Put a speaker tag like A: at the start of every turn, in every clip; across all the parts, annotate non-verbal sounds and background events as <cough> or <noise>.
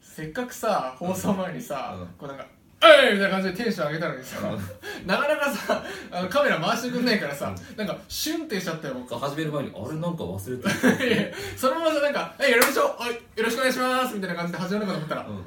A: せっかくさ放送前にさ、
B: うん
A: こうなんか「えい!」みたいな感じでテンション上げたのにさ、なかなかさあのカメラ回してくんないからさ、なんかシュンってしちゃったよ僕
B: 始める前にあれなんか忘れて
A: いやいやそのままさなんか「えいよろしくおはいよろしくお願いします」みたいな感じで始まるかと思ったら、
B: た、うん、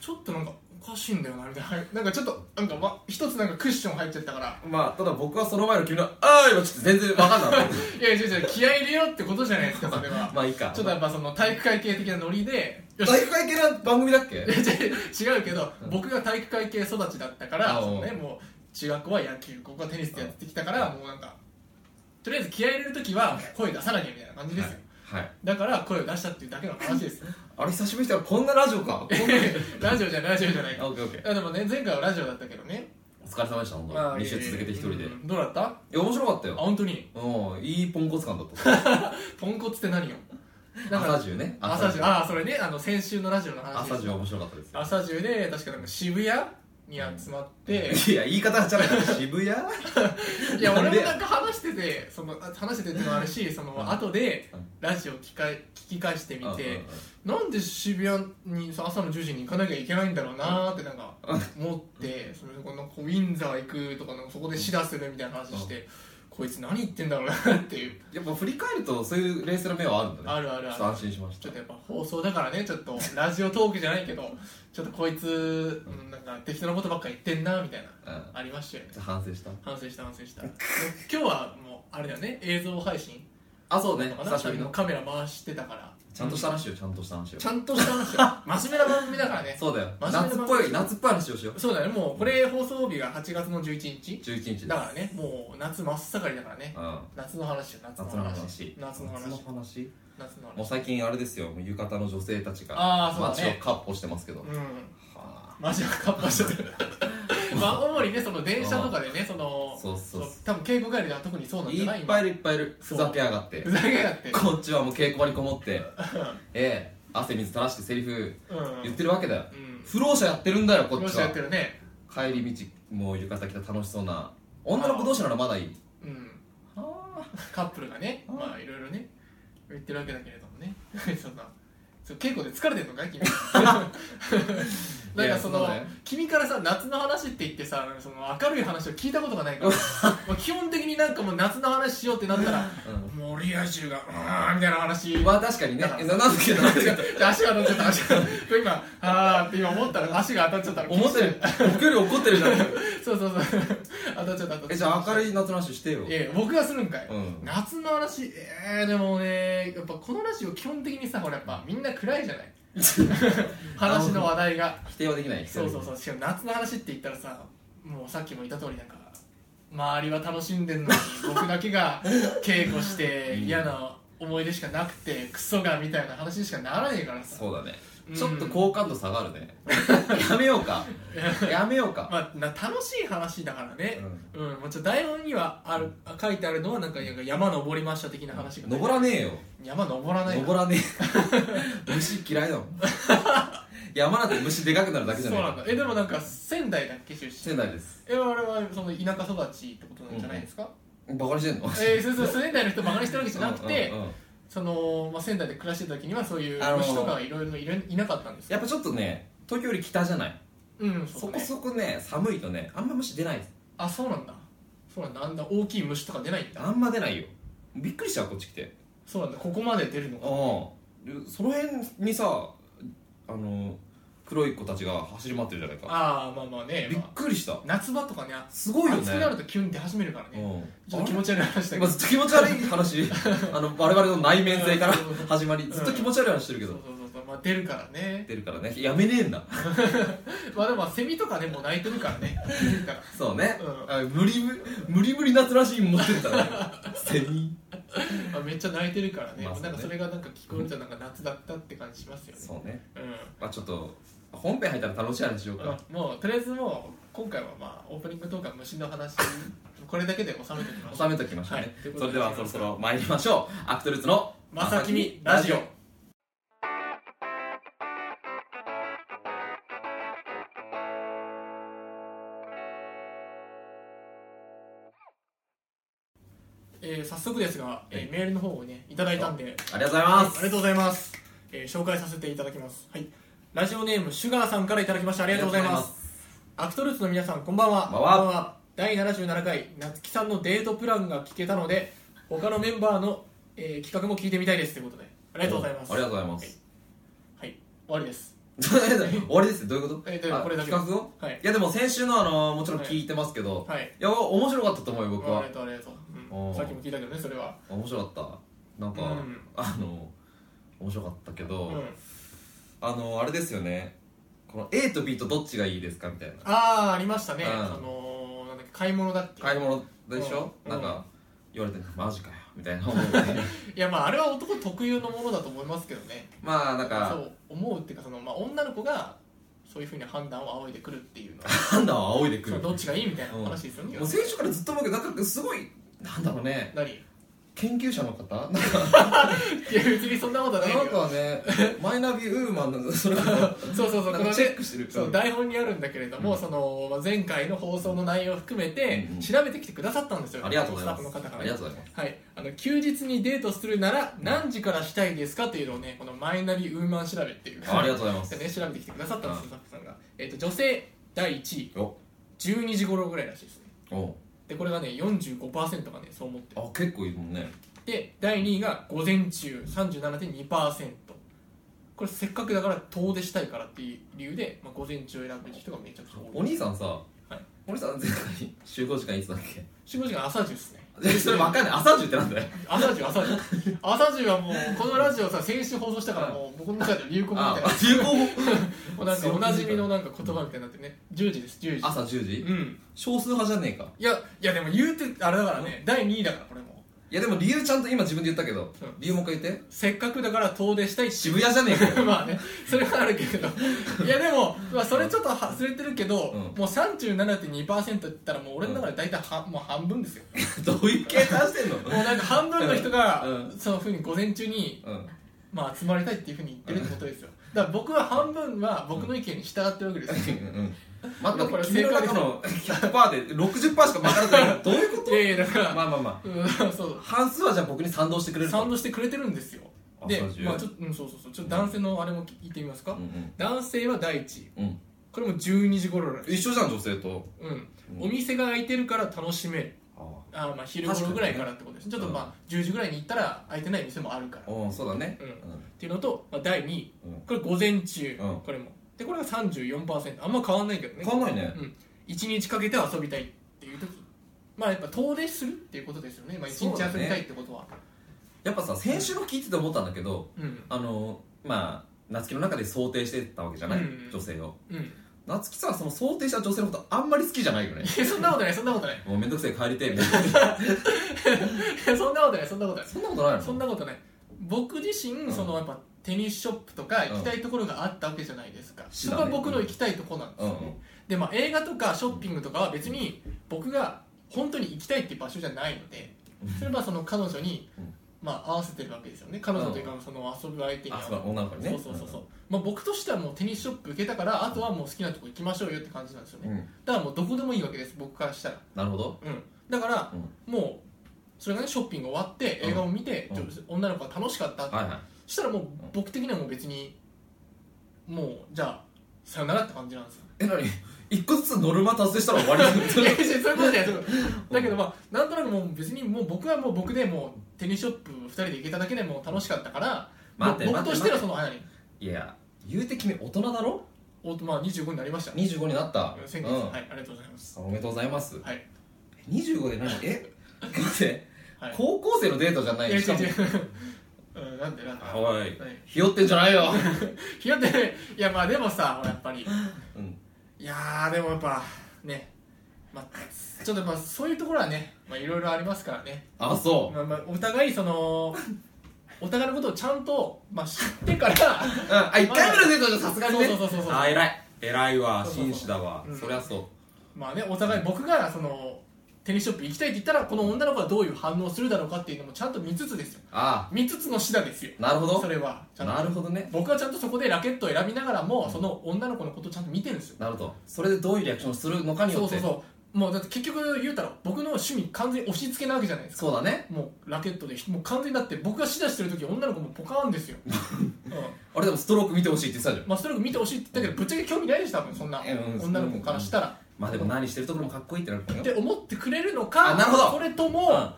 A: ちょっとなんかおかしいんだよなみたいななんかちょっとなんか、ま、一つなんかクッション入っちゃったから
B: まあただ僕はその前の君の「あーい!」はちょっと全然分かんなかっ
A: いやいや違う違う気合い入れようってことじゃないですかそれは
B: たまあいいか
A: ちょっとやっぱその体育会系的なノリでよし
B: 体育会系な番組だっけ
A: いや <laughs> 違う違うけど、僕が体育会系育ちだったから、
B: あ
A: そのね、
B: うん
A: もう中学校は野球高校はテニスってやってきたから、もうなんかとりあえず気合い入れる時は声出さなきゃみたいな感じですよ、
B: はい、はい、
A: だから声を出したっていうだけの話
B: <laughs>
A: です
B: あれ久しぶりにしたらこんな <laughs> ラジオかこんな
A: ラジオじゃないラジオじゃない
B: オッケーオッケー
A: あでもね前回はラジオだったけどね
B: お疲れ様でした本当に2週続けて一人で、
A: う
B: い
A: んどうだったあ
B: や面白かったよ
A: 本当に
B: うんいいポンコツ感だ <laughs> った
A: ポンコツって何よだから
B: 朝中ね
A: 朝中
B: 中
A: ああそれねあの先週のラジオの話
B: 朝中は面白かったですよ
A: 朝中で確かなんか渋谷に集まって、
B: いや言い方 <laughs> じゃない渋谷
A: いや
B: なん
A: 俺
B: で
A: もなんか話しててそのあ話しててってのもあるしその、
B: うん
A: 後で
B: うん
A: ラジオ聞か聞き返してみ
B: う
A: て
B: ん、
A: なんで渋谷にそう朝の10時に行かなきゃいけないんだろうなーってなんか思ってそれでこのこうウィンザー行くとかなんかそこでシダするみたいな話して、こいつ何言ってんだろうなっていう
B: やっぱ振り返るとそういう冷静な面はあるんだね
A: あるあ
B: ち
A: るあ
B: ょっ
A: る
B: と安心しまし
A: ちょ
B: た
A: っとやっぱ放送だからねちょっとラジオトークじゃないけどちょっとこいつ、うん、なんか適当なことばっか言ってんなみたいな
B: うん
A: ありましたよね
B: じゃあ反省した
A: 反省した反省したでも今日はもうあれだよね映像配信
B: あそうね
A: かな
B: 久しぶりの
A: カメラ回してたから
B: ちゃんとした話をちゃんとした話を
A: ちゃんとした話だ真面目な番組だからね
B: そうだよ
A: 真面目
B: 夏
A: な
B: っぽい夏っぽい話をしよう
A: そうだねもうこれ放送日が8月の11日
B: 11日です
A: だからねもう夏真っ盛りだからね
B: うん
A: 夏の話よ夏の
B: 夏の
A: 話
B: 話
A: 夏の話
B: 夏の話
A: 夏の
B: もう
A: 話
B: 最近あれですよもう浴衣の女性たち
A: あー
B: が
A: そうだ
B: 街を
A: ね
B: かっ歩してますけど、
A: うん
B: は
A: マジでカッパして
B: <laughs>
A: るまあ主にねその電車とかでねそ
B: あ
A: の
B: そうそ
A: そ
B: う
A: の多分稽古帰りでは特にそうなん
B: い
A: じゃない
B: っぱいい
A: い
B: るいっぱいいるふ
A: そう
B: ざけやがって
A: ふざけやがって
B: こっちはもう稽古場にこ
A: <laughs>
B: もってええ汗水垂らしてセリフ
A: うん
B: 言ってるわけだよ、
A: うん
B: 不老者やってるんだよこ
A: こっ
B: っち
A: ちや
B: は
A: ってるね
B: 帰り道もう浴衣着た楽しそうな女の子同士ならまだいい
A: うん
B: あ
A: カップルがね、
B: うん
A: まあいろいろね、言ってるわけだけれどもね、 <laughs> そんな、そう結構で疲れてるのか
B: <laughs>
A: い君。なんかそ
B: い
A: の
B: やそうね
A: 君からさ夏の話って言ってさその明るい話を聞いたことがないから
B: <laughs>
A: もう基本的になんかもう夏の話しようってなったら
B: ー
A: 「もうリア充がうーん」みたいな話
B: うん
A: で
B: まあ確かにねえななんだけどなんだけど
A: 足が当たっちゃった足が <laughs> 今「あー」って今思ったら足が当たっちゃったら
B: 思って
A: <laughs>
B: る僕より怒ってるじゃん
A: そうそう <laughs> そう当たっちゃった当たっちゃった
B: えじゃあ明るい夏の話してよ
A: いやいや僕がするんかい、
B: うん
A: 夏の話えー、でもねやっぱこのラジオ基本的にさほらやっぱみんな暗いじゃない話の話題が
B: 否定はできない
A: そうそうそうしかも夏の話って言ったらさもうさっきも言った通りなんか周りは楽しんでんのに僕だけが稽古して嫌な思い出しかなくてクソがみたいな話にしかならねえからさ
B: そうだね、
A: うん
B: ちょっと好感度下がる
A: <laughs>
B: ねやめようかやめようか、
A: まあ、な楽しい話だからね、うんもうちょっと台本にはある書いてあるのはなんか山登りました的な話が、
B: 登らねえよ
A: 山登らないな
B: 登らね
A: <laughs>
B: え虫嫌いだもん山なんて虫でかくなるだけじゃない
A: そうなんだえでもなんか仙台だっけ出身
B: 仙台です
A: え我々はその田舎育ちってことなんじゃないですか、
B: バカにしてんの
A: えーそうそう仙台の人バカにしてるわけじゃなくて
B: うんうんうん
A: その、まあ、仙台で暮らしてた時にはそういう虫とかいろいろいれいなかったんです
B: や
A: よ
B: っぱちょっとね東京より北じゃない
A: うん
B: そ
A: そうだ
B: こ
A: ね
B: そこね寒いとねあんま虫出ないです
A: あそうなんだそうなんだあんな大きい虫とか出ないんだ
B: あんま出ないよびっくりしちゃうこっち来て
A: そうなんだここまで出るのか
B: うんでその辺にさあの黒い子たちが走り回ってるじゃないか
A: ああまあまあね、
B: びっ
A: まあ、
B: くりした
A: 夏場とかね
B: すごいよね
A: 暑くなると急に出始めるから
B: う
A: ね、
B: ん
A: ちょっと気持ち悪い話だけ
B: 今
A: ど
B: ずっと気持ち悪い話 <laughs> あの我々の内面性から
A: うんそうそうそう
B: 始まりずっと気持ち悪い話してるけ
A: そう
B: ど
A: そうそうそうまあ出るからね
B: 出るからねやめねえんだ
A: まあでもセミとかねもう泣いてるから
B: <laughs>
A: ね気づいたら
B: そうね
A: うん
B: あ無理無無理無理夏らしい持ってったね <laughs> セミ
A: まあ、めっちゃ泣いてるからね,、
B: まあそうね
A: なんかそれがなんか聞こえるとなんか夏だったって感じしますよね
B: そうね
A: う、ん
B: まあちょっと本編入ったら楽しい話しようか
A: うんもうとりあえずもう今回はまあオープニングトークは虫の話これだけで収めておきましょ
B: 収
A: う
B: めときましょうね、
A: はいということ
B: それ
A: で
B: ではそろそろ参りましょうアクトルーツの「
A: まさきみラジオ」えー早速ですが、えーメールの方をねいただいたんで
B: ありがとうござい
A: は
B: ま
A: いありが
B: す
A: とうございます、えー紹介させていただきますはいラジオネームシュガーさんからいただきましたありがとうございますアクトルーツの皆さんこんばんは
B: こんばんは
A: 第77回夏木さんのデートプランが聞けたので他のメンバーの、えー企画も聞いてみたいですということであ
B: あ
A: りがとうございます
B: ありがとうございます
A: はい終わりです
B: 終わりですよどういうこと
A: えでも
B: あ
A: これだけ
B: 企画を
A: はい
B: いやでも先週のあのもちろん聞いてますけど、
A: はい
B: いや面白かったと思うよ僕
A: あ
B: は
A: りがとうありがとう、う
B: お
A: ん、
B: ー
A: さっきも聞いたけどねそれは
B: 面白かったなんか、
A: うん
B: あの面白かったけど、
A: うん
B: あのあれですよねこの A と B とどっちがいいですかみたいな
A: ああありましたね、
B: うん
A: あのーなんだっけ買い物だっけ
B: 買い物でしょ、
A: うん
B: なんか言われてマジかよみたいな思うね
A: いやまああれは男特有のものだと思いますけどね
B: まあなん
A: そ
B: か
A: う思うっていうかその、まあ、女の子がそういうふうに判断を仰いでくるっていうのは
B: 判断は仰いでく
A: そ
B: る
A: うどっちがいいみたいな
B: うん
A: 話ですよね、
B: もう先週からずっと思うけどなんかすごいなんだろうね
A: 何 <laughs> い
B: 研究者の方なんか
A: や別にそんなことはない
B: な
A: よ
B: <laughs> んかねマイナビウーマンのそれから
A: そうそうそうこ
B: なんか
A: の
B: チェ
A: ね
B: ックしてる
A: そう台本にあるんだけれども、そのまあ前回の放送の内容を含めて
B: うんうん
A: 調べてきてくださったんですよ、
B: ありがとうございます
A: スタッフの方から
B: ありがとうございます
A: はい、あの休日にデートするなら何時からしたいですかというのをねこのマイナビウーマン調べっていう
B: ありがとうございます
A: で
B: <laughs>
A: ね、調べてきてくださったんです
B: う
A: よ、スタッフさんが、えっと女性第1位
B: お
A: 12時頃ぐらいらしいですね
B: お
A: でこれがね45%がねそう思ってる
B: あ結構いいもんね
A: で第2位が午前中37.2%これせっかくだから遠出したいからっていう理由で、まあ、午前中を選ぶ人がめちゃくちゃ多
B: お
A: い
B: 兄さんさ、
A: い
B: お兄さん前回集合時間いつだっけ
A: 集合時間朝10ですね
B: それわかんない朝10ってなんだよ
A: 朝10朝10朝10はもうこのラジオさ先週放送したからもう僕の中では流行語みた
B: あ
A: いな
B: 集合 <laughs>
A: もうなんかおなじみのなんか言葉みたいになってね10時です10時
B: 朝10時、
A: うん
B: 少数派じゃねえか
A: いやいやでも言うてあれだからね第2位だからこれも
B: いやでも理由ちゃんと今自分で言ったけど、
A: うん
B: 理由もう一回言って
A: せっかくだから遠出したいし
B: 渋谷じゃねえか
A: <laughs>
B: よ
A: まあねそれはあるけれ
B: <laughs>
A: どいやでも、まあ、それちょっとは忘れてるけど、
B: うん
A: もう37.2%って言ったらもう俺の中で大体は、もう半分
B: <laughs>
A: ですよ
B: どういう計算してんの
A: もうなんか半分の人が、
B: うん
A: そのふうに午前中に、
B: うん
A: まあ、集まりたいっていうふうに言ってるってことですよだから僕は半分は僕の意見に従ってるわけですよ、
B: うん待って
A: これ
B: 君の中の100%で60%しか分からないどういうこ
A: いやいやだか
B: と
A: ら、
B: まあまあま
A: うんそう
B: あ半数はじゃあ僕に賛同してくれると
A: 賛同してくれてるんですよ
B: あ
A: で
B: そうです、よ
A: まあ、ちょっと、うん、そうそうそうちょっと男性のあれも聞いてみますか、
B: うん
A: 男性は第一位
B: うんうん
A: これも12時頃らしい
B: 一緒じゃん女性と
A: うん
B: うん
A: お店が開いてるから楽しめる
B: あ
A: あーまあ昼頃ぐらいからってことですねちょっとまあ10時ぐらいに行ったら開いてない店もあるからっ
B: あそうだね
A: うんていうのと、まあ、第2位
B: うん
A: これ午前中、
B: うん
A: これもでこれが34%あんま変わんないけどね
B: 変わんないね
A: うん、1日かけて遊びたいっていう時まあやっぱ遠出するっていうことですよね、まあ、1
B: そう
A: 日
B: だ
A: 遊
B: ね
A: びたいってことは
B: やっぱさ先週の聞いてて思ったんだけど
A: う,、
B: あのまあ夏希の中で想定してたわけじゃない、
A: うん
B: 女性を
A: んうん
B: 夏希さその想定した女性のことあんまり好きじゃないよね
A: いやそんなことないそんなこと
B: <laughs>
A: ないい
B: もうめんどくせえ帰りてえみたい <laughs> な
A: やそんなことないそんなことない
B: そんなことないの
A: そんなことない僕自身、
B: ん
A: そのやっぱテニスショップとか行きたいところがあったわけじゃないですか、そこは僕の行きたいところなんです
B: う
A: よ
B: ん
A: ね、でまあ、映画とかショッピングとかは別に僕が本当に行きたいっていう場所じゃないのでそれはその彼女に
B: うん、
A: まあ、合わせてるわけですよね彼女というかその遊ぶ相手に
B: あそうだ女の子にね
A: そうそうそうそう、まあ、僕としてはもうテニスショップ受けたからあとはもう好きなとこ行きましょうよって感じなんですよ
B: う
A: ね
B: んうん
A: だからもうどこでもいいわけです僕からしたら、
B: なるほど
A: うん、だから
B: うん
A: もうそれがねショッピング終わって映画を見て、
B: うん
A: ちょ女の子が楽しかったって
B: はいはい
A: そしたらもう僕的にはもう別にもうじゃあさよならって感じなんですよ
B: <laughs> えなに一個ずつノルマ達成したら終わり
A: い
B: <laughs>
A: やいやそういうことじゃないそういうことだけどまあなんとなくもう別にもう僕はもう僕でもうテニスショップ2人で行けただけでもう楽しかったから
B: 待って
A: もう僕
B: 待って
A: としてはそのあ何
B: いや言うて君大人だろ
A: おまあ25になりましたね
B: 25になった
A: 先月、
B: うん
A: はいありがとうございます
B: おめでとうございます
A: はい
B: 25で何え待って
A: はい
B: 高校生のデートじゃない
A: いや違
B: しか
A: う <laughs>
B: も
A: 違ううんなんでなんで
B: あおい
A: はい
B: ひよってんじゃないよ
A: ひよってねいやまあでもさほらやっぱり
B: うん
A: いやーでもやっぱねまあちょっとまあそういうところはねまあいろいろありますからね
B: あそ
A: まあまあお互いそのお互いのことをちゃんとまあ知ってから <laughs>
B: ううんあ一回目のデートじゃさすがにね
A: そうそうそうそう
B: あ偉い偉いわ
A: そうそうそう
B: 紳士だわ
A: うん
B: そりゃそ
A: まあね、お互い僕がそのテニスショップ行きたいって言ったらこの女の子はどういう反応をするだろうかっていうのもちゃんと見つつですよ
B: うあ
A: 見つつの視座ですよ
B: なるほ
A: そ
B: ど
A: れはちゃんと
B: なるほどね
A: 僕はちゃんとそこでラケットを選びながらもその女の子のことをちゃんと見てるんですよ
B: なるほどそれでどういうリアクションをするのかによ
A: そ
B: っ
A: うそ
B: て
A: うそうもうだって結局言うたら僕の趣味完全に押し付けなわけじゃないですか
B: そうだね
A: もうラケットでもう完全にだって僕が指導してる時女の子もポカーンですよ、う
B: あれでもストローク見てほしいって言ってたじゃん
A: ん、まあストローク見てほしいって言ったけどぶっちゃけ興味ないでしたもんそんな
B: うん
A: 女の子からしたら、
B: まあでも何してるところもかっこいいってなるから
A: っ
B: よ
A: て思ってくれるのか
B: あなるほど
A: それとも、
B: うん
A: あ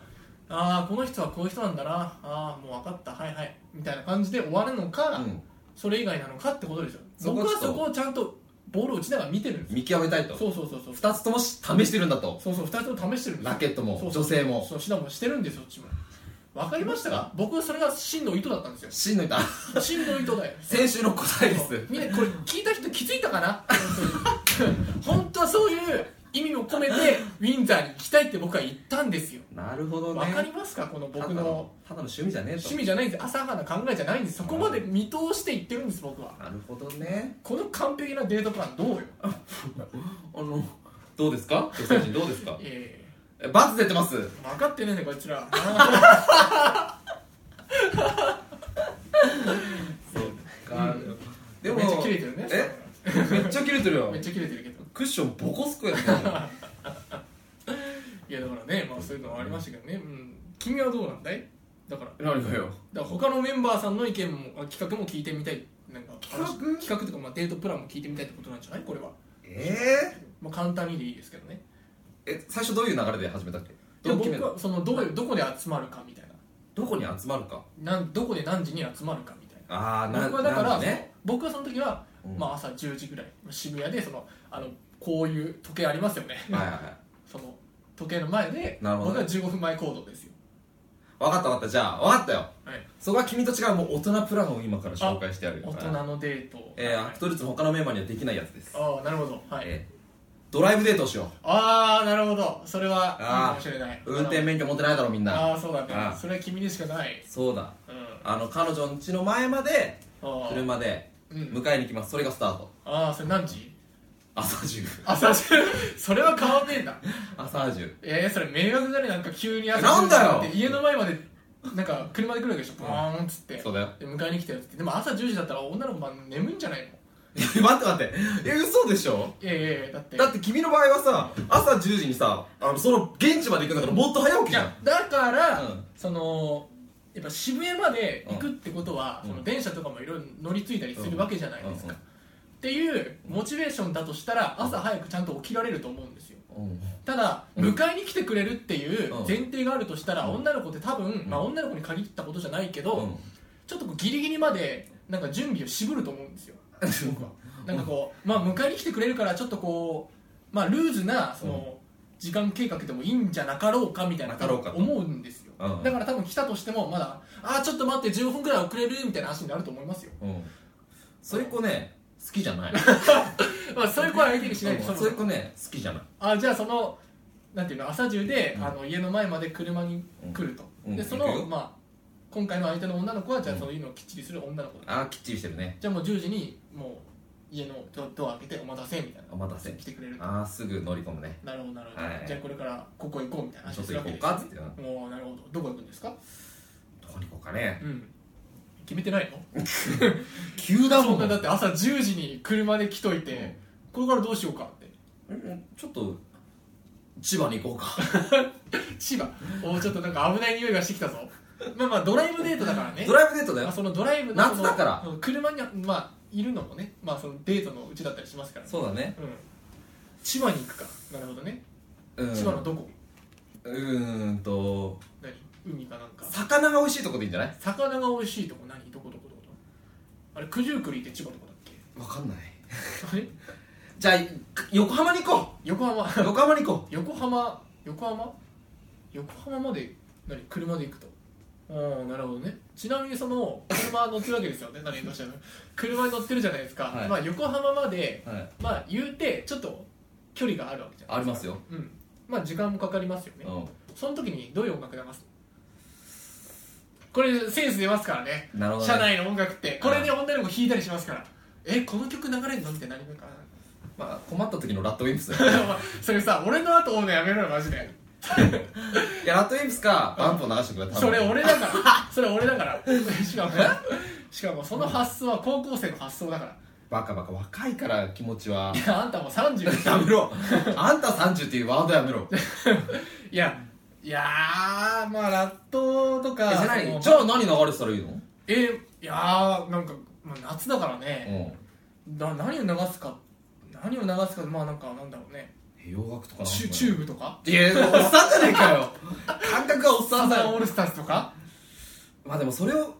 A: あこの人はこういう人なんだなああもう分かったはいはいみたいな感じで終わるのか、
B: うん
A: それ以外なのかってことでしょ
B: そこ
A: 僕
B: は
A: は
B: ちょっと
A: そこをちゃんとボールを打ちながら見てるんです
B: 見極めたいと
A: そうそうそうそう
B: 2つともし試してるんだと
A: そうそう2人とも試してるんです
B: ラケットも
A: そうそう
B: 女性も
A: そうシナもしてるんですよそっちも分かりました
B: わか
A: か僕はそれが真の意図だったんですよ
B: 真の人あ
A: 真の意図だよ
B: 先週の答えです
A: みんなこれ聞いた人気づいたかな本当に本当はそういう意味も込めてウィンザーに行きたいって僕は言ったんですよ
B: なるほどね
A: わかりますかこの
B: ただ
A: 僕の
B: ただの趣味じゃねえと
A: 趣味じゃないんです浅はかな考えじゃないんですそこまで見通して言ってるんです僕は
B: なるほどね
A: この完璧なデートプランどう
B: <laughs>
A: よ
B: あのどうですか女性陣どうですか
A: え
B: <laughs> えバツ出てます
A: え分かってねえねこいつら
B: <laughs> そう
A: か
B: でも
A: めっちゃ切れてるね
B: えめっちゃ切れてるよ
A: めっちゃ切れてるけど
B: クッションボコすくやったよ
A: いやだからねまあそういうのはありましたけどね、うん、君はどうなんだいだから
B: 何がよ
A: だから他のメンバーさんの意見もあ企画も聞いてみたいなんか
B: 企画
A: 話企画とか、まあ、デートプランも聞いてみたいってことなんじゃないこれは、
B: え
A: まあ、簡単にでいいですけどね
B: ー、え最初どういう流れで始めたっけ
A: で
B: どう
A: 僕
B: 決める
A: はそのどういうどこで集まるかみたい
B: どこに集まるか
A: ななんどこで何時に集まるかみたい
B: ああ
A: な僕はだから、
B: ね
A: その僕はその時は、
B: うん
A: まあ、朝10時ぐらい渋谷でそのあのこういう時計ありますよね
B: はいはいはい
A: その時計の前で
B: なるほど
A: 僕は15分前行動ですよ、
B: 分かった分かったじゃあ分かったよ
A: はい、
B: そこは君と違うもう大人プランを今から紹介してやるよ
A: 大人のデートを
B: えー、
A: は
B: ア
A: い
B: クトルーツの他のメンバーにはできないやつです、
A: ああなるほど、はい
B: えードライブデートをしよ
A: ああなるほどそれは
B: あー
A: いいかもしれないう
B: 運転免許持ってないだろみんな
A: ああそうだね
B: あー
A: それは君にしかない
B: そうだ
A: うん
B: あの彼女の家の前まで
A: あー
B: 車で
A: うん
B: 迎えに行きますそれがスタート
A: あーそれ何時
B: 朝10
A: 朝中 <laughs> それは変わんねえんだ
B: <laughs> 朝10
A: えー、それ迷惑だねなんか急に朝
B: なんだよ
A: 10時って家の前までなんか車で来るわけでしょボーンっつって
B: そうだよ
A: で迎えに来たよっつってでも朝10時だったら女の子まあ眠いんじゃないの
B: 待って待ってえ嘘でしょ
A: いやいやいやだって
B: だって君の場合はさ朝10時にさあのその現地まで行くんだからもっと早起き
A: い
B: じゃん
A: やだから、
B: うん
A: そのやっぱ渋谷まで行くってことは、
B: うん
A: その電車とかもいろいろ乗り継いだりするわけじゃないですか、
B: うんうん
A: っていうモチベーションだとしたら朝早くちゃんと起きられると思うんですよ
B: うん
A: ただ
B: うん
A: 迎えに来てくれるっていう
B: うん
A: 前提があるとしたら、
B: うん
A: 女の子って多分、
B: ん
A: まあ、女の子に限ったことじゃないけど、
B: うん
A: ちょっとこうギリギリまでなんか準備を渋ると思うんですよ僕はなんかこう、まあ、迎えに来てくれるからちょっとこう、まあ、ルーズなその時間計画でもいいんじゃなかろうかみたいな
B: なかろうかと
A: 思うんですよ、
B: うん
A: だから多分来たとしてもまだ「あーちょっと待って15分くらい遅れる」みたいな話になると思いますよ、
B: うんそういう子ね好きじ
A: <laughs>
B: ゃない
A: まあ、そういう声相手にしないで
B: うん
A: そも
B: そうい
A: そう
B: 子
A: も
B: ね好きじゃない
A: あじゃあそのなんていうの朝中で、
B: うん
A: あの家の前まで車に来ると、
B: うん
A: で
B: うん
A: そ
B: 行く
A: の、
B: よ
A: まあ、今回の相手の女の子はじゃあ
B: うん
A: そういうのをきっちりする女の子だ、
B: ああきっちりしてるね
A: じゃあもう10時にもう家のドドア開けて「お待たせ」みたいな
B: お待たせ
A: 来てくれると
B: ああすぐ乗り込むね
A: なるほどなるほど、
B: はい
A: じゃあこれからここ行こうみたいな
B: ち
A: 話
B: ょっ
A: す
B: と
A: る
B: 行
A: わ
B: こ
A: け
B: う
A: です
B: かっつってな
A: もうなるほどどこ行くんですか
B: どこに行こうかね
A: うん決めてないの
B: 急
A: そんなだって朝10時に車で来といて、
B: うん
A: これからどうしようかって
B: うんちょっと千葉に行こうか
A: 千葉おーちょっとなんか危ない匂いがして
B: <laughs>
A: きたぞまあまあドライブデートだからね
B: ドライブデート
A: まあ
B: だよ
A: そのドライブのその
B: 夏だから
A: うん車にまあいるのもねまあそのデートのうちだったりしますから
B: そうだね
A: うん千葉に行くかなるほどね、
B: うん
A: 千葉のどこ
B: うーんと
A: 何海かなんか
B: 魚が美味しいとこでいいんじゃない
A: 魚が美味しいとこ何どこどこどこどこあれ九十九里って千葉どこだっけ
B: わかんない
A: あれ
B: じゃあ横浜に行こ
A: 横浜
B: う横浜に行こ
A: 横浜横浜横浜まで何車で行くとああなるほどねちなみにその車乗ってるわけですよね何どうしたの車に乗ってるじゃないですか、
B: はい
A: まあ横浜まで
B: うはい
A: まあ言うてちょっと距離があるわけじゃない
B: あり
A: で
B: ます
A: か
B: すよ
A: うんまあ時間もかかりますよね
B: う
A: その時にどういう音楽流すこれセンス出ますからね
B: んなるほど
A: 社
B: ね
A: 内の音楽ってこれで女の子弾いたりしますからえこの曲流れるのって何かな <laughs>
B: まあ困った時のラッドウィンプス <laughs> い
A: それさ俺の後追うのやめろよマジで
B: やラッドウィンプスかバンプを流してくれ
A: それ俺だから <laughs> それ俺だからしかもしかもその発想は高校生の発想だから
B: バカバカ若いから気持ちはい
A: やあんたもう30
B: <laughs> やめろ <laughs> あんた30っていうワードやめろ
A: いやいやーまあラットと
B: え
A: か
B: じゃあ
A: その
B: 何じゃあ何流れてたらいいの
A: えーいやーなんか、まあ、夏だから
B: う
A: ね、
B: ん
A: だ何を流すか何を流すかまあなんかなんだろうね
B: え洋楽とか
A: チュチューブとか
B: いやおっさんじゃねえかよ感覚はおっさ
A: サ
B: んだ
A: ザンオー
B: よ
A: ルスターズとか
B: まあでもそれを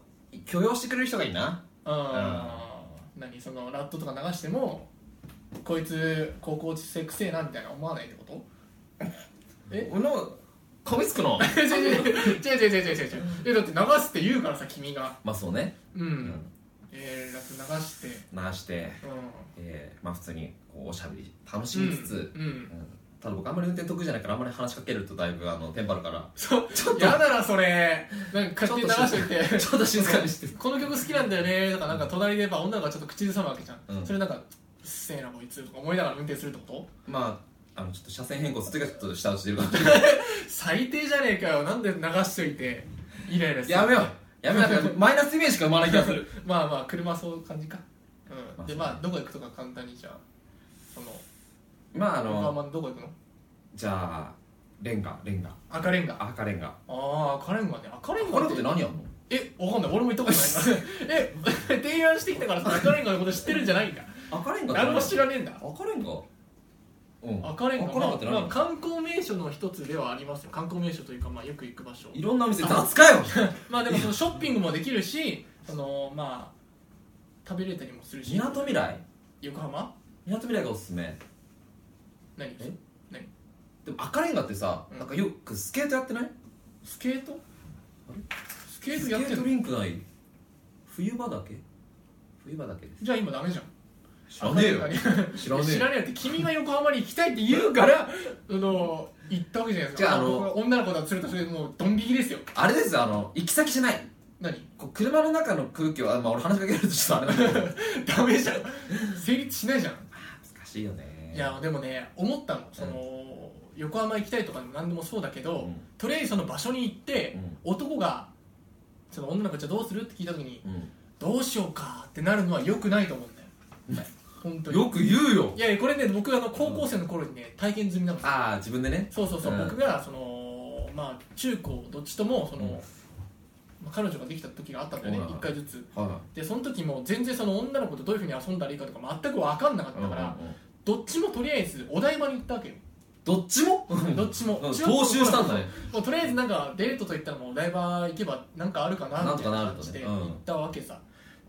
B: 許容してくれる人がいいな
A: うん何そのラットとか流してもこいつ高校生くせえなみたいな思わないってこと
B: <laughs>
A: え
B: 俺のかみつくの
A: 違う違う違う違う違う違う違う違うだって流すって言うからさ君が
B: <laughs> まあそうね
A: うん、
B: うん
A: えー、ラット流して
B: 回して
A: う
B: えーまあ普通にこうおしゃべり楽し
A: ん
B: みつつ、
A: うん、うん、
B: うんただ僕あんまり運転得意じゃないからあんまり話しかけるとだいぶあのテンパるから
A: そう
B: ちょっと
A: やだなそれなんか勝手に流しといて
B: ちょっと静かにして
A: この曲好きなんだよねとかなんか隣でやっぱ女の子がちょっと口ずさむわけじゃん、
B: うん
A: それなんかうっせえなこいつとか思いながら運転するってこと
B: まああのちょっと車線変更する時はちょっと下打ち出るから
A: 最低じゃねえかよなんで流しといてイライラする
B: やめようやめようマイナスイメージしか生まない気がする
A: <laughs> まあまあ車そういう感じかう
B: ま
A: ん
B: あ
A: で
B: そうね
A: まあどこ行くとか簡単にじゃあその
B: まああ
A: 横
B: の
A: 浜のどこ行くの
B: じゃあレンガレンガ
A: 赤レンガ
B: 赤レンガ
A: ああ赤レンガね赤レン
B: こ
A: ガ
B: れ
A: っ
B: ってて何やんの
A: えわかんない俺も行ったことない
B: <laughs>
A: からえ提案してきたからさ赤レンガのこと知ってるんじゃないんだ
B: 赤レンガって
A: 何も知らねえんだ
B: 赤レンガうん
A: 赤レンガ
B: 赤レンガって
A: まあまあ
B: 何
A: 観光名所の一つではありますよ観光名所というか、まあ、よく行く場所
B: いろんなお店雑
A: <laughs>
B: かよ
A: まあでもそのショッピングもできるしそのまあ食べれたりもするし
B: みなとみらい
A: 横浜
B: みなとみらいがおすすめ
A: 何
B: えでも赤レンガってさなんかよくスケートやってない
A: スケートスケー
B: ス
A: ト
B: ケ
A: やって
B: ー
A: ん
B: ト
A: の
B: リンクない冬場だけ冬場だけです
A: じゃあ今ダメじゃん
B: 知らねえよ
A: 赤レンガに
B: 知
A: いや知ら
B: よ
A: ねえよって君が横浜に行きたいって言う
B: <laughs>
A: からあの行ったわけじゃないですか
B: じゃああの
A: 女の子だとするとそれもうドン引きですよ
B: あれですよあの行き先じゃない
A: 何
B: <laughs> こう車の中の空気をあまあ俺話しかけられるとちょっとあれだけ
A: <laughs>
B: ど
A: ダメじゃん成立しないじゃん、
B: 難しいよね
A: いやでもね思ったのその、横浜行きたいとかでも何でもそうだけど、
B: うん
A: とりあえずその場所に行って、男がその女の子じゃあどうするって聞いた時に
B: うん
A: どうしようかってなるのはよくないと思うんだよ本当
B: うん
A: に
B: よく言うよ
A: いやいやこれね僕あの高校生の頃にね体験済みなんですよ
B: ああ自分でね
A: そうそうそう、
B: うん
A: 僕がそのまあ中高どっちともその、
B: うん
A: まあ彼女ができた時があったんだよね、
B: はいはい
A: 1回ずつ
B: は
A: でその時も全然その女の子とどういうふうに遊んだらいいかとか全く分かんなかっ
B: い
A: たから、
B: うんうんうん
A: どっちもとりあえずお台場に行ったわけよ
B: どっちも
A: どっちも
B: うん踏襲したんだね
A: もうとりあえずなんかデートといったらもうお台場行けばなんかあるかな
B: なん
A: みた
B: と
A: い
B: か
A: な
B: なる
A: 感
B: と
A: じ
B: ね
A: で行ったわけさ、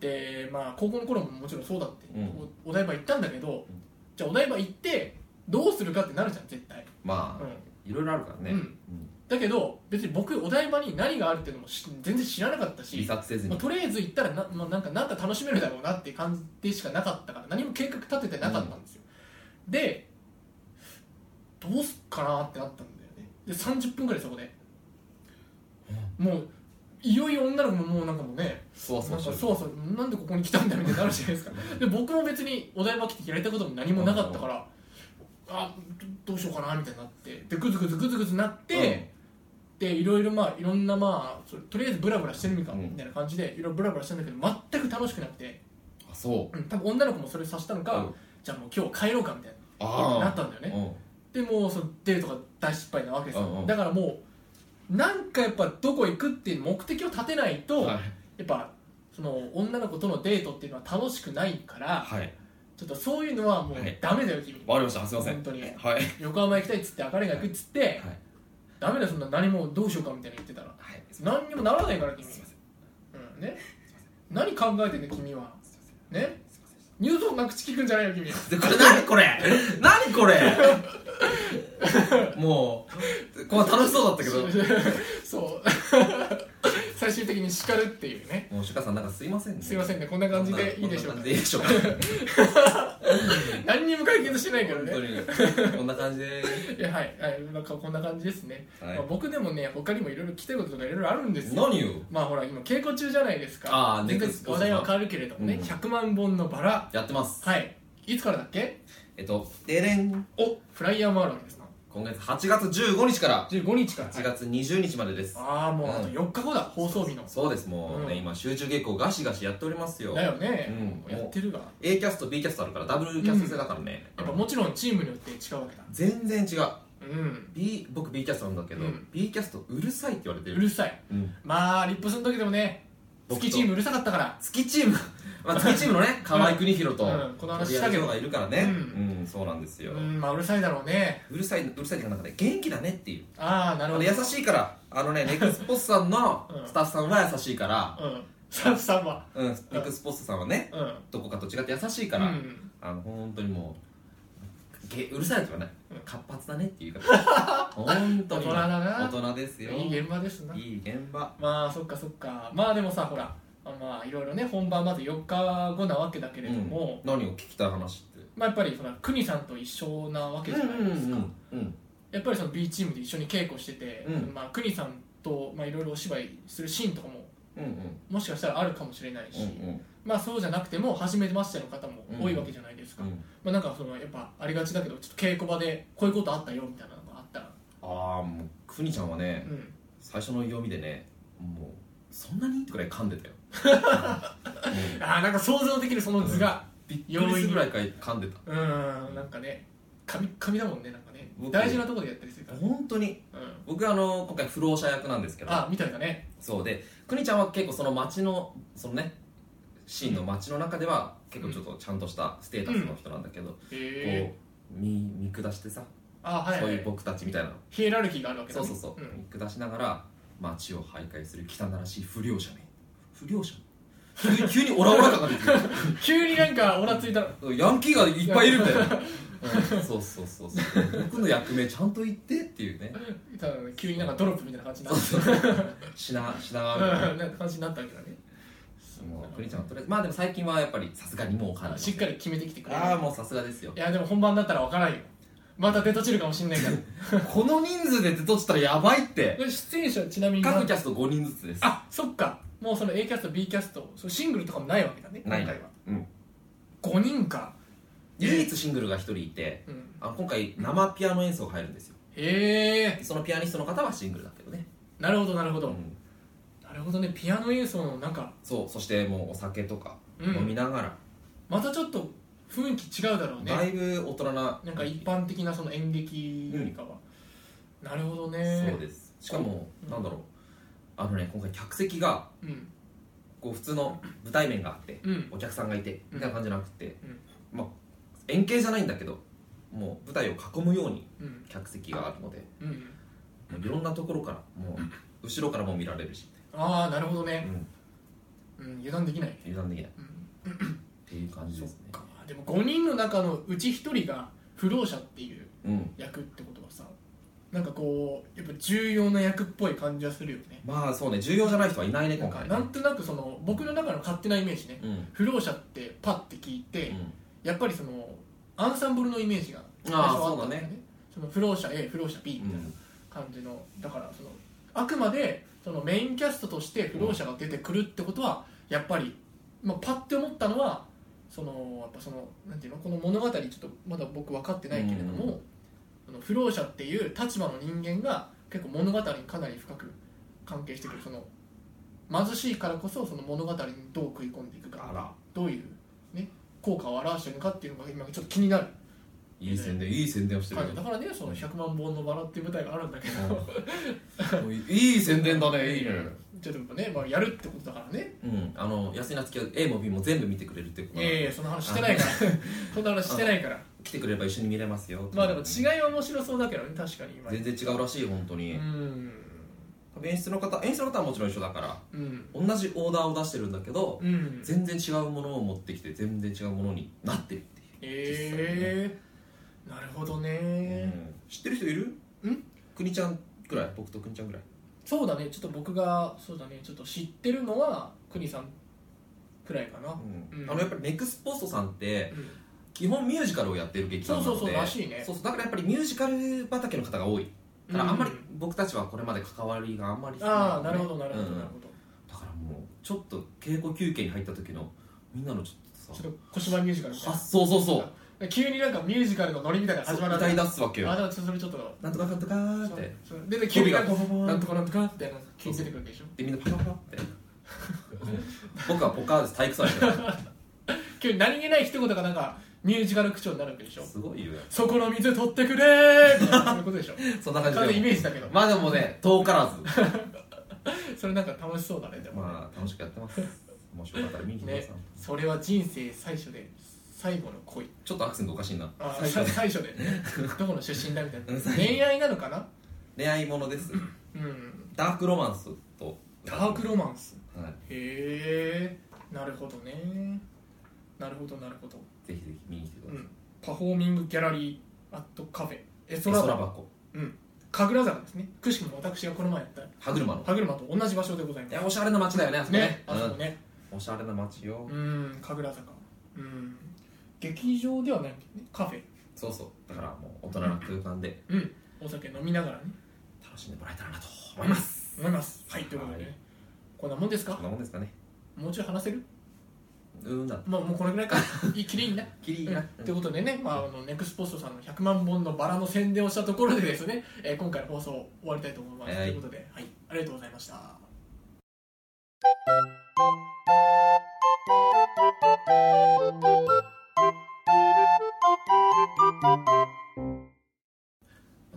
A: でまあ高校の頃ももちろんそうだって、
B: うん
A: おお台場行ったんだけど、
B: うん
A: じゃあお台場行ってどうするかってなるじゃん絶対、
B: ま
A: うん
B: あいろいろあるからね
A: うん
B: うん
A: だけど別に僕お台場に何があるっていうのもし全然知らなかった
B: 自
A: し、
B: 殺せず
A: まあ、
B: に
A: とりあえず行ったらな,、まあ、なんかなんか楽しめるだろうなっていう感じでしかなかったから何も計画立ててなかったんですよ、でどうすっかなってなったんだよねで30分ぐらいそこで、もういよいよ女の子ももうなんかもうね
B: そ
A: な
B: うんそ
A: か
B: う
A: そう
B: そう
A: そうなんでここに来たんだみたいになるじゃないですかで僕も別にお台場来てやりたいことも何もなかったからあどどうしようかなみたいになってでグズグズグズグズなって、でいろいろまあいろんなまあそれとりあえずブラブラしてるみか
B: うん
A: みたいな感じでいろいろブラブラしたんだけど全く楽しくなくて、
B: あそう
A: うん、多分女の子もそれさしたのか、
B: うん
A: じゃあもう今日帰ろうかみたいななっ
B: あ
A: たんだよ
B: あ
A: ねでもうそのデートが大失敗なわけですよ、
B: うんうん
A: だからもうなんかやっぱどこ行くっていう目的を立てないと、
B: はい
A: やっぱその女の子とのデートっていうのは楽しくないから
B: はい
A: ちょっとそういうのはもう
B: はい
A: ダメだよ君、
B: わかりましたすいません
A: 本当に
B: はいはい
A: 横浜行きたいっつって赤レンガ行くっつって、ダメだよそんな何もどうしようかみたいな言ってたら
B: はいすいま
A: 何にもならないから君
B: せんすい
A: うんね、何考えてんね君は
B: ません
A: ね
B: すいません
A: ニュートンが口聞くんじゃないよ君は
B: でこれ何これ何これもうこう楽しそうだったけど
A: そう <laughs> 最終的に叱るっていうね
B: もうシュカさんなんかすいませんね
A: すいませんねこんな感じでいいでしょう
B: こん
A: か
B: な感じでいいでしょうか
A: 何にも解決してないけど
B: 本
A: ね
B: 当にこんな感じで
A: いやはい、はい、なんかこんな感じですね、
B: はい
A: まあ、僕でもね他にもいろいろ聞きたいこととかいろいろあるんですよ
B: 何よ
A: まあほら今稽古中じゃないですか
B: あー
A: 全然
B: ネクスト
A: 話題は変わるけれどもね、
B: うん
A: 100万本のバラ
B: やってます
A: はいいつからだっけ
B: えっとでれん
A: おフライヤーもあるわけですな
B: 今月8月15日から
A: 15日から
B: 8月20日までです
A: ああもうあと
B: うん
A: 4日後だ放送日の
B: そうですもうね、
A: うん
B: 今集中月光ガシガシやっておりますよ
A: だよね
B: うん、
A: やってるが
B: A キャスト B キャストあるからダブルキャスト制だからね、
A: やっぱもちろんチームによって違うわけだ
B: 全然違う、
A: うん
B: B、僕 B キャストなんだけど、
A: うん
B: B キャストうるさいって言われて
A: う
B: る、
A: るさい
B: うん、
A: まあリップスの時でもね好
B: 僕と
A: きチームうるさかったから
B: 月チーム <laughs> まあ月チームのね河合邦弘と、
A: うんこの話したけど
B: がいるからね
A: う
B: うん、そうなんですよ、
A: う
B: うん
A: まあうるさいだろうね
B: るさいうるさいっていうかなんかね元気だねっていう
A: ああな
B: あ
A: るほ
B: の
A: ど
B: 優しいから
A: <laughs>
B: あのねレックスポストさんの
A: うん
B: スタッフさんは優しいから、
A: うんスタッフさんは
B: うんレックスポストさんはね
A: うん
B: どこかと違って優しいか
A: う
B: ら、
A: ん
B: あの本当にもうげうるさいとかね、
A: うん
B: 活発だねっていう
A: <laughs>
B: か本当
A: 大
B: に
A: 人だな
B: 大人ですよ
A: いい現場ですない
B: い現場
A: まあそっかそっかまあでもさほらまあいろいろね本番まず4日後なわけだけれども、
B: うん何を聞きたい話って
A: まあやっぱりほら邦さんと一緒なわけじゃないですか、
B: うんうん
A: やっぱりその B チームで一緒に稽古してて、
B: うん
A: まあ邦さんとまあいろいろお芝居するシーンとかも
B: うんうん
A: もしかしたらあるかもしれないし、
B: うんうん
A: まあそうじゃなくても初めましての方も多いわけじゃないですか、
B: うん
A: まあなんかそのやっぱありがちだけどちょっと稽古場でこういうことあったよみたいなのがあったら
B: ああもうくにちゃんはね、
A: うん
B: 最初の読みでねもうそんなにってくらい噛んで
A: <laughs>
B: たようん
A: ああなんか想像できるその図が
B: びっくりするぐらい噛
A: <laughs>
B: んでた
A: うんなんかね神神だもんねなんかね
B: 僕
A: 大事なところでやったりするから、
B: 本当に
A: うん、
B: 僕あの今回不老者役なんですけど
A: あみたいだね
B: そうでくにちゃんは結構その街のそのねシーンの街の中では結構ちょっとちゃんとしたステータスの人なんだけど、こ
A: へえ
B: う見見下してさ、
A: あはい、
B: そう
A: はい
B: いう僕たちみたいなの
A: ヒエラルキーがあるわけだ
B: そう
A: ね
B: そうそう、
A: ん
B: 見下しながら街を徘徊する汚らしい不良者め不良者急に <laughs> 急にオラオラ感が出てくる
A: 急になんかオラついたら
B: うん <laughs> ヤンキーがいっぱいいるみたいな、うんそうそうそうそう僕の役目ちゃんと言ってっていうね
A: ただ急になんかドロップみたいな感じになった
B: 品品川みたいな
A: うんなんか感じになったわけだね
B: もうクリちゃんはとりあえずまあでも最近はやっぱりさすがにもう感
A: あ
B: じ
A: しっかり決めてきてくれる
B: ああもうさすがですよ
A: いやでも本番だったら分からんよまた出とちるかもしんない
B: <laughs>
A: から
B: この人数で出とったらやばいって
A: これ出演者はちなみに
B: 各キ
A: ャ
B: ャスト5人ずつです
A: あそっかもうその A キャスト B キャストそのシングルとかもないわけだね今
B: ない
A: 回は、
B: うん
A: 5人か、
B: 唯一シングルが1人いて
A: うん、
B: あの今回生ピアノ演奏が入るんですよ
A: へえ
B: そのピアニストの方はシングルだけどね、
A: なるほどなるほ
B: う
A: ど、
B: ん、
A: なるほどねピアノ演奏のなんか
B: そうそしてもうお酒とか
A: うん
B: 飲みながら、
A: またちょっと雰囲気違うだろう
B: だ
A: ね
B: いぶ大人な
A: なんか一般的なその演劇よりかは、なるほどね
B: そうですしかも、
A: うん
B: なんだろうあのね今回客席が
A: うん
B: こう普通の舞台面があって、
A: うん
B: お客さんがいてみたいな感じじゃなくて、
A: うん
B: まあ円形じゃないんだけどもう舞台を囲むように
A: うん
B: 客席があるので
A: うん
B: もういろんなところからもう後ろからも見られるし、
A: ああなるほど
B: う
A: ね、
B: ん、
A: うん、油断できない、
B: 油断できないっ
A: うん、
B: ていう感じ
A: そ
B: で
A: っ
B: すね
A: かでも5人の中のうち1人が不老者っていう
B: うん
A: 役ってことはさなんかこうやっぱ重要な役っぽい感じはするよね
B: まあそうね重要じゃない人はいないね
A: な
B: 今
A: んか
B: 回
A: なんとなくその僕の中の勝手なイメージね
B: うんうん
A: 不老者ってパッて聞いて、やっぱりそのアンサンブルのイメージが最初
B: あ
A: は
B: あ
A: あった
B: そ
A: ん
B: う
A: だ
B: だ
A: よ
B: ね
A: ねその不老者 A 不老者 B
B: う
A: みたいなん感じの、だからそのあくまでそのメインキャストとして不老者が出てくるってことはやっぱり、まあ、パッて思ったのはそのやっぱそのなんていうのこの物語ちょっとまだ僕分かってないけれども、
B: うん
A: その不老者っていう立場の人間が結構物語にかなり深く関係してくるその貧しいからこそその物語にどう食い込んでいくか
B: あら
A: どういう、ね、効果を表してるのかっていうのが今ちょっと気になる
B: いい宣伝いい宣伝をしてる
A: 感
B: よ
A: じだからねその100万本のバラっていう舞台があるんだけど、
B: うんいい宣伝だねいいね
A: ちょっとやっぱね、まあ、やるってことだからね
B: うんあの安井夏樹は A も B も全部見てくれるっていうこ
A: い
B: と
A: やいやその話してないから <laughs> そんな話してないから
B: 来てくれれば一緒に見れますよ
A: まあでも違いは面白そうだけどね確かに今
B: 全然違うらしい本当
A: う
B: に、
A: ん
B: 演出の方演出の方はもちろん一緒だから
A: うん
B: 同じオーダーを出してるんだけど、
A: うん
B: 全然違うものを持ってきて全然違うものになってるっていう
A: ええなるほどね、
B: 知ってる人いる
A: ん
B: くにちゃんくらい僕とくにちゃんくらい
A: そうだねちょっと僕がそうだねちょっと知ってるのは国さんくらいかな、うん
B: あのやっぱりネクスポストさんって
A: うん
B: 基本ミュージカルをやってる劇団なので
A: そうそうそうらしいね
B: そうそうだからやっぱりミュージカル畑の方が多いただあんまり僕たちはこれまで関わりがあんまり少い
A: ああなる
B: の
A: ほ
B: で
A: どなるほど
B: うん
A: なるほど、
B: だからもうちょっと稽古休憩に入った時のみんなのちょっとさ
A: ちょっと小芝居ミュージカルみたいな
B: 発想そうそう
A: 急になんかミュージカルのノリみたいなの
B: そう
A: 始まらな
B: 歌
A: い
B: い出すわけ
A: あ
B: よ
A: でもそれちょっと
B: なんとかかんとかーって
A: そうそうでで急
B: 語尾
A: にな
B: が
A: んかポポポ
B: な
A: ー
B: ん
A: ン
B: とかなんとかっ
A: っててなんか急に出てくるわけでしょ
B: でみんなパカパカって僕はポカーです体育祭だか
A: 急に何気ない一言がなんかミュージカル口調になるわけでしょ
B: らすごいよ
A: そこの水取ってくれーみたいなそういうこと <laughs> でしょ
B: そんな感じ
A: 完全イメ
B: で
A: ージだけど
B: まあでもね遠からず
A: それなんか楽しそうだねでも、
B: まあ楽しくやってます面白かったら見に来てくだ
A: ね
B: さい、
A: それは人生最初で最後の恋
B: ちょっとアクセントおかしいな
A: あ
B: 最初
A: さ最初でどこの出身だみたい
B: うん
A: な恋愛なのかな
B: 恋愛ものです
A: うん
B: ダークロマンスと
A: ダークロマンス
B: はい
A: へえなるほどねなるほどなるほど、
B: ぜひぜひ見に来てくだ
A: う
B: さい、
A: ん、パフォーミングギャラリーアットカフェエソ
B: 空
A: ラバ
B: 箱
A: うん神楽坂ですねくしくも私がこの前やった
B: 歯車の
A: 歯車と同じ場所でござい
B: い
A: ま
B: やおしゃれな街だよねあそ
A: す
B: こね
A: ねあそこね、
B: うんおしゃれな街よ、
A: うん神楽坂うん劇場ではないんだよねカフェ
B: そうそうだからもう大人の空間で
A: うんお酒飲みながらね
B: 楽しんでもらえたらなと思います、
A: 飲みますはいということでね、
B: はい
A: こんなもんですか
B: こんなもんですかね
A: もうちょい話せる
B: うーんだ
A: まあもうこれぐらい <laughs> かいいきりいいな
B: きり
A: うんってことでね、まあ、あのネクスポストさんの100万本のバラの宣伝をしたところでですね、えー今回の放送を終わりたいと思います、
B: はい
A: ということで、はい、ありがとうございました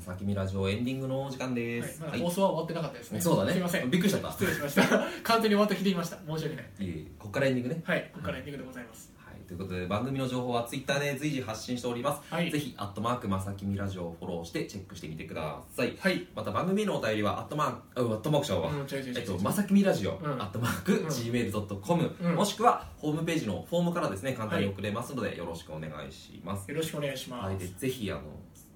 B: さきみラジオエンディングのお時間で
A: はい
B: す、
A: ま
B: は
A: だ
B: い
A: 放送は終わってなかったですね、
B: そうだね
A: すいません
B: びっくりしちゃった
A: 失礼しました <laughs> 完全に終わった気でいました申し訳ない
B: いえいえここからエンディングね
A: はいここからエンディングでございます
B: はい、ということで番組の情報はツイッターで随時発信しております、
A: はい
B: ぜひ「アットマークまさきみラジオ」をフォローしてチェックしてみてください
A: はい
B: また番組へのお便りは「アットマーク」あ「アットマーク」賞は、
A: うんちょいちょいち
B: え
A: ょい
B: っ
A: ちょ
B: と、
A: い
B: まさきみラジオ、
A: うん
B: アットマーク、
A: うん
B: gmail.com、
A: うん
B: もしくは、ホームページのフォームからですね、簡単に送れますので、よろしくお願いします。
A: よろしくお願いしま
B: は
A: す、
B: い、で、ぜひ、あの、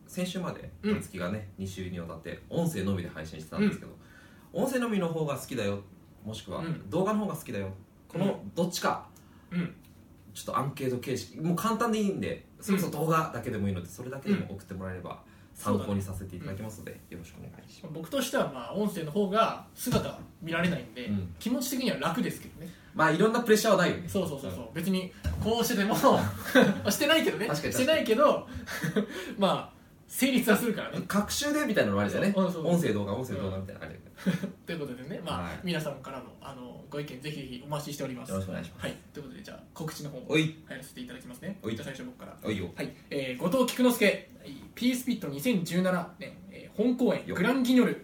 B: 先週まで、
A: うん
B: 月がね、2週にわたって、音声のみで配信してたんですけど、音声のみの方が好きだよ、もしくは、
A: うん
B: 動画の方が好きだよ、この、どっちか、
A: うん
B: ちょっとアンケート形式もう簡単でいいんでそれこそ動画だけでもいいのでそれだけでも送ってもらえれば参考にさせていただきますので、よろしくお願いしま
A: 僕としてはまあ音声の方が姿は見られないんで、
B: うん
A: 気持ち的には楽ですけどね
B: すまあいろんなプレッシャーはないよね
A: そうそうそうそう別にこうしてで
B: <laughs>
A: もしてないけどね
B: 確かに確かに
A: してないけど <laughs> まあ成立はするからね
B: 各週でみたいなのもあるじゃんね
A: そうそう
B: 音声動画音声動画みたいなのあるよね
A: ということでねまあ、
B: はい
A: 皆さんからのあのご意見ぜひぜひお待ちしております
B: よろしくお願いします
A: はいということでじゃあ告知の方も
B: おい
A: 入らせていただきますね
B: おい
A: じゃあ最初僕から
B: おいよ
A: はい、えー、後藤菊之助、ピースピット2017年、えー本公演
B: よ
A: グランギニョル
B: よ、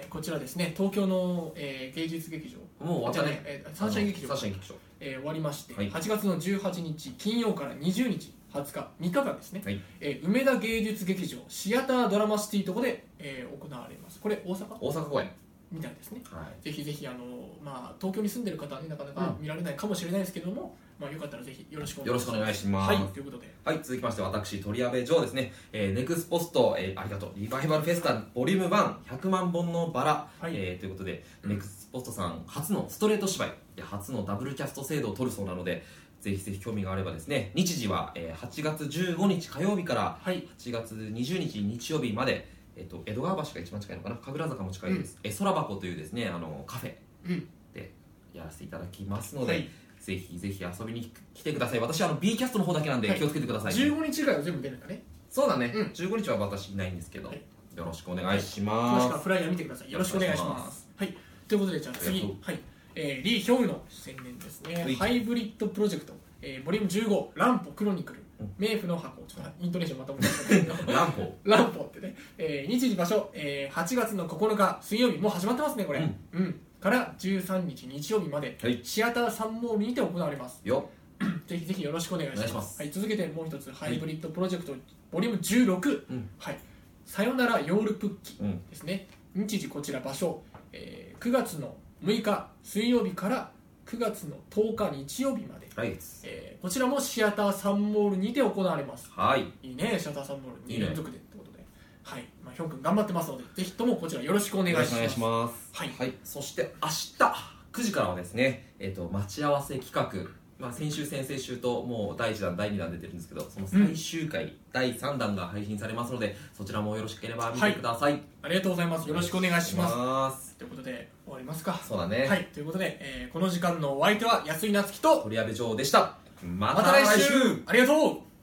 A: えーこちらですね、東京の、えー芸術劇場、
B: もう終わった
A: じゃあ
B: ね
A: えーサンシャイン劇場
B: サンシャイン劇場
A: えー終わりまして、
B: はい
A: 8月の18日、金曜から20日、20日、3日間ですね、
B: はい
A: えー梅田芸術劇場、シアタードラマシティとこで、えー行われます。これ、大阪
B: 大阪公演
A: みたいですね。
B: は
A: ぜひぜひあの、まあ、東京に住んでる方は、ね、なかなか見られないかもしれないですけども、まあ、よかったらぜひよろしくお
B: いよ
A: 願
B: ろ
A: い
B: し
A: し
B: く
A: ま
B: お
A: す。
B: 願いします
A: はい、ということで、
B: はい、続きまして私、鳥矢部城ですね、えーネクスポスト、えーありがとう、リバイバルフェスタ、ボリューム1、100万本のバラ、
A: はい
B: えーということで、
A: うん
B: ネクスポストさん、初のストレート芝居、で初のダブルキャスト制度を取るそうなので、ぜひぜひ興味があればですね、日時は、えー8月15日火曜日から
A: はい、
B: 8月20日日曜日まで、えっと江戸川橋が一番近いのかな、神楽坂も近いです、え空箱というですねあのカフェ
A: うん、
B: でやらせていただきますので、
A: はい
B: ぜひぜひ遊びに来てください、私、あの B キャストの方だけなんで、
A: はい
B: 気をつけてくださいね、
A: 15日以外は全部出るんだね。
B: そうだね、
A: うん
B: 15日は私いないんですけど、
A: はい
B: よろしくお願いし
A: 詳し
B: ま
A: くは
B: す
A: フライヤー見てください。よろしくお願いします。はい、ということで、じゃあ
B: ありが
A: 次
B: と、
A: はいえー、リー・ヒョウの宣伝ですね、
B: はい
A: ハイブリッドプロジェクト、えーボリューム15、乱歩クロニクル
B: うん、
A: 冥府の箱、ちょっとイントネーションまた思い出したけど
B: 乱歩
A: 乱歩ってね、えー日時場所、えー8月の9日水曜日もう始まってますねこれ、
B: うん
A: うんから13日日曜日まで、
B: はい
A: シアターサンモールにて行われます
B: よ
A: ぜひぜひよろしくお願いし
B: お
A: ま
B: 願い
A: す
B: します
A: はい、続けてもう一つ、ハイブリッドプロジェクトボリューム16、
B: うん
A: はい、さよならヨールプッキ
B: うん
A: ですね日時こちら場所、えー9月の6日水曜日から9月の10日日曜日まで、
B: 来月
A: えーこちらもシアターサンモールにて行われます
B: はい
A: いいねシアターサンモール
B: いい
A: 2
B: ね
A: 連続でってことではい、まあ、ヒョン君頑張ってますのでぜひともこちらよろしくお願いします
B: よろくお願いします
A: はい
B: そして明日9時からはですね、えっと待ち合わせ企画、まあ、先週先々週ともう第1弾第2弾出てるんですけどその最終回、第3弾が配信されますのでそちらもよろしければ見てください、
A: ありがとうございますよろしくお願いします
B: ます
A: ということで終わりますか
B: そうだね、
A: はいということで、えーこの時間のお相手は安井夏樹と
B: 鳥矢部城でしたま
A: また来週ありがとう